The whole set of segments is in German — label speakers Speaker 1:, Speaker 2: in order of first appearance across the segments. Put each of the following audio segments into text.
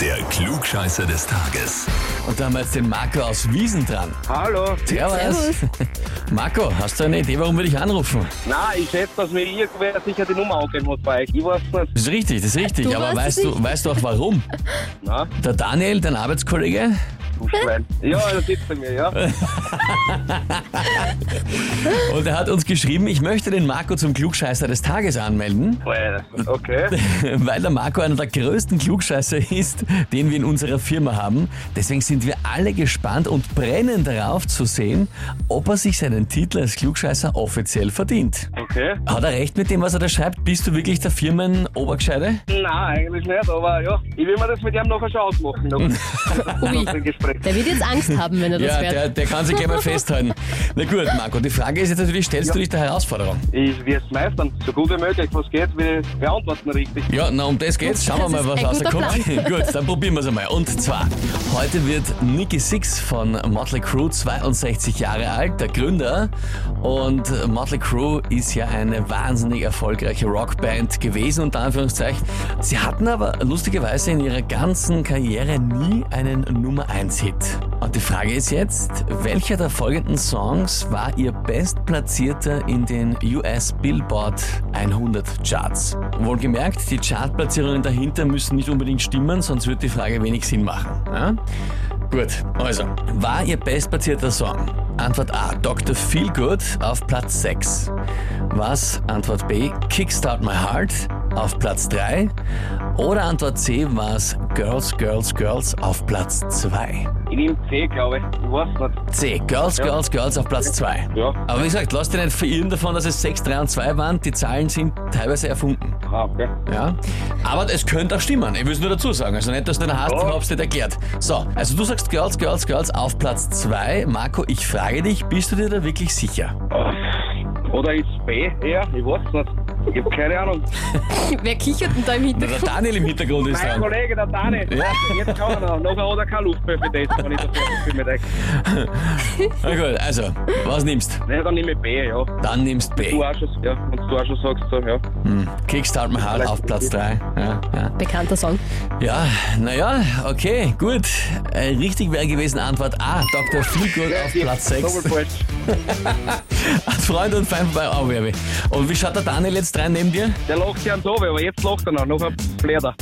Speaker 1: Der Klugscheißer des Tages.
Speaker 2: Und da haben wir jetzt den Marco aus Wiesen dran.
Speaker 3: Hallo.
Speaker 2: Servus. Marco, hast du eine Idee, warum wir dich anrufen?
Speaker 3: Na, ich schätze, dass mir irgendwer sicher die Nummer angeben muss bei euch. Ich weiß nicht.
Speaker 2: Das ist richtig, das ist richtig.
Speaker 4: Du
Speaker 2: Aber
Speaker 4: warst
Speaker 2: weißt du,
Speaker 4: richtig.
Speaker 2: weißt du auch warum?
Speaker 3: Na,
Speaker 2: Der Daniel, dein Arbeitskollege,
Speaker 3: du Schwein. Ja, da sitzt er mir, ja.
Speaker 2: und er hat uns geschrieben, ich möchte den Marco zum Klugscheißer des Tages anmelden,
Speaker 3: Well, Okay.
Speaker 2: weil der Marco einer der größten Klugscheißer ist, den wir in unserer Firma haben. Deswegen sind wir alle gespannt und brennen darauf zu sehen, ob er sich seinen Titel als Klugscheißer offiziell verdient.
Speaker 3: Okay.
Speaker 2: Hat er recht mit dem, was er da schreibt? Bist du wirklich der Firmenobergescheide?
Speaker 3: Na, eigentlich nicht, aber ja. Ich will mir das mit ihm nachher schon ausmachen. Noch.
Speaker 4: Ui,
Speaker 3: Nach dem Gespräch.
Speaker 4: der wird jetzt Angst haben, wenn er das
Speaker 2: Ja,
Speaker 4: hört.
Speaker 2: der, der kann sich gleich mal festhalten. Na gut, Marco, die Frage ist jetzt natürlich, stellst du dich der Herausforderung?
Speaker 3: Ich werde es meistern. So gut wie möglich. Was geht, wir wir antworten richtig.
Speaker 2: Ja, na um das geht's. Schauen wir
Speaker 4: Das
Speaker 2: mal, was
Speaker 4: ist ein guter
Speaker 2: rauskommt. Gut, dann probieren wir es einmal. Und zwar, heute wird Nicky Six von Motley Crue 62 Jahre alt, der Gründer. Und Motley Crue ist ja eine wahnsinnig erfolgreiche Rockband gewesen, unter Anführungszeichen. Sie hatten aber lustigerweise in ihrer ganzen Karriere nie einen Nummer 1 Hit. Und die Frage ist jetzt, welcher der folgenden Songs war ihr bestplatzierter in den US Billboard 100 Charts? Wohlgemerkt, die Chartplatzierungen dahinter müssen nicht unbedingt stimmen, sonst wird die Frage wenig Sinn machen. Ja? Gut, also, war ihr bestplatzierter Song? Antwort A, Dr. Feelgood auf Platz 6. Was? Antwort B, Kickstart My Heart auf Platz 3. Oder Antwort C war es Girls, Girls, Girls auf Platz 2.
Speaker 3: Ich nehme C, glaube ich. Ich weiß nicht.
Speaker 2: C, Girls,
Speaker 3: Ja.
Speaker 2: Girls, Girls auf Platz 2.
Speaker 3: Ja.
Speaker 2: Aber wie gesagt, lass dich nicht verirren davon, dass es 6, 3 und 2 waren. Die Zahlen sind teilweise erfunden.
Speaker 3: Ah, okay.
Speaker 2: Ja? Aber es könnte auch stimmen. Ich will es nur dazu sagen. Also nicht, dass du den hast, ich
Speaker 3: Ja.
Speaker 2: hab's nicht erklärt. So, also du sagst Girls, Girls, Girls auf Platz 2. Marco, ich frage dich, bist du dir da wirklich sicher?
Speaker 3: Oh. Oder ist B eher? Ich weiß nicht. Ich habe keine Ahnung.
Speaker 4: Wer kichert denn da im
Speaker 2: Na, der
Speaker 4: Hintergrund?
Speaker 2: Daniel im Hintergrund ist
Speaker 3: Mein
Speaker 2: dran.
Speaker 3: Kollege, der Dani.
Speaker 2: Ja.
Speaker 3: Jetzt kann er noch. Nachher hat er keine Luft mehr für das, wenn ich das jetzt mit euch.
Speaker 2: Na gut, also, was nimmst?
Speaker 3: Nein, dann nehme ich B, ja.
Speaker 2: Dann nimmst B.
Speaker 3: Du auch schon, ja, und du auch schon sagst, so, ja.
Speaker 2: Kickstart My Heart auf Platz 3. Ja, ja.
Speaker 4: Bekannter Song.
Speaker 2: Ja, naja, okay, gut. Äh, richtig wäre gewesen Antwort A, Dr. Feelgood auf Platz 6.
Speaker 3: Doppelt falsch.
Speaker 2: Freunde und Feind bei Auwerbe. Und wie schaut der Daniel jetzt rein neben dir?
Speaker 3: Der lacht sich an Tobi, aber jetzt lacht er noch, noch ein Fleder.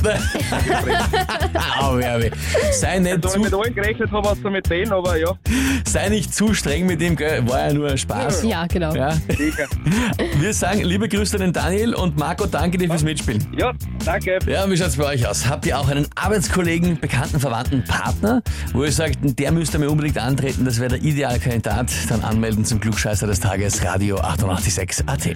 Speaker 2: Auwerbe. Ah, Sei nicht,
Speaker 3: Da ich
Speaker 2: zu,
Speaker 3: mit allen gerechnet habe, was er mit denen, aber ja,
Speaker 2: sei nicht zu streng mit ihm, gell? War ja nur ein Spaß.
Speaker 4: Ja, genau.
Speaker 2: Ja.
Speaker 3: sicher.
Speaker 2: Wir sagen liebe Grüße an den Daniel und Marco, danke dir fürs Mitspielen.
Speaker 3: Ja, danke.
Speaker 2: Ja, und wie schaut's bei euch aus? Habt ihr auch einen Arbeitskollegen, bekannten, verwandten Partner, wo ihr sagt, der müsste mir unbedingt antreten, das wäre der ideale Kandidat? Dann anmelden zum Klugscheißer des Tages, Radio 886 AT.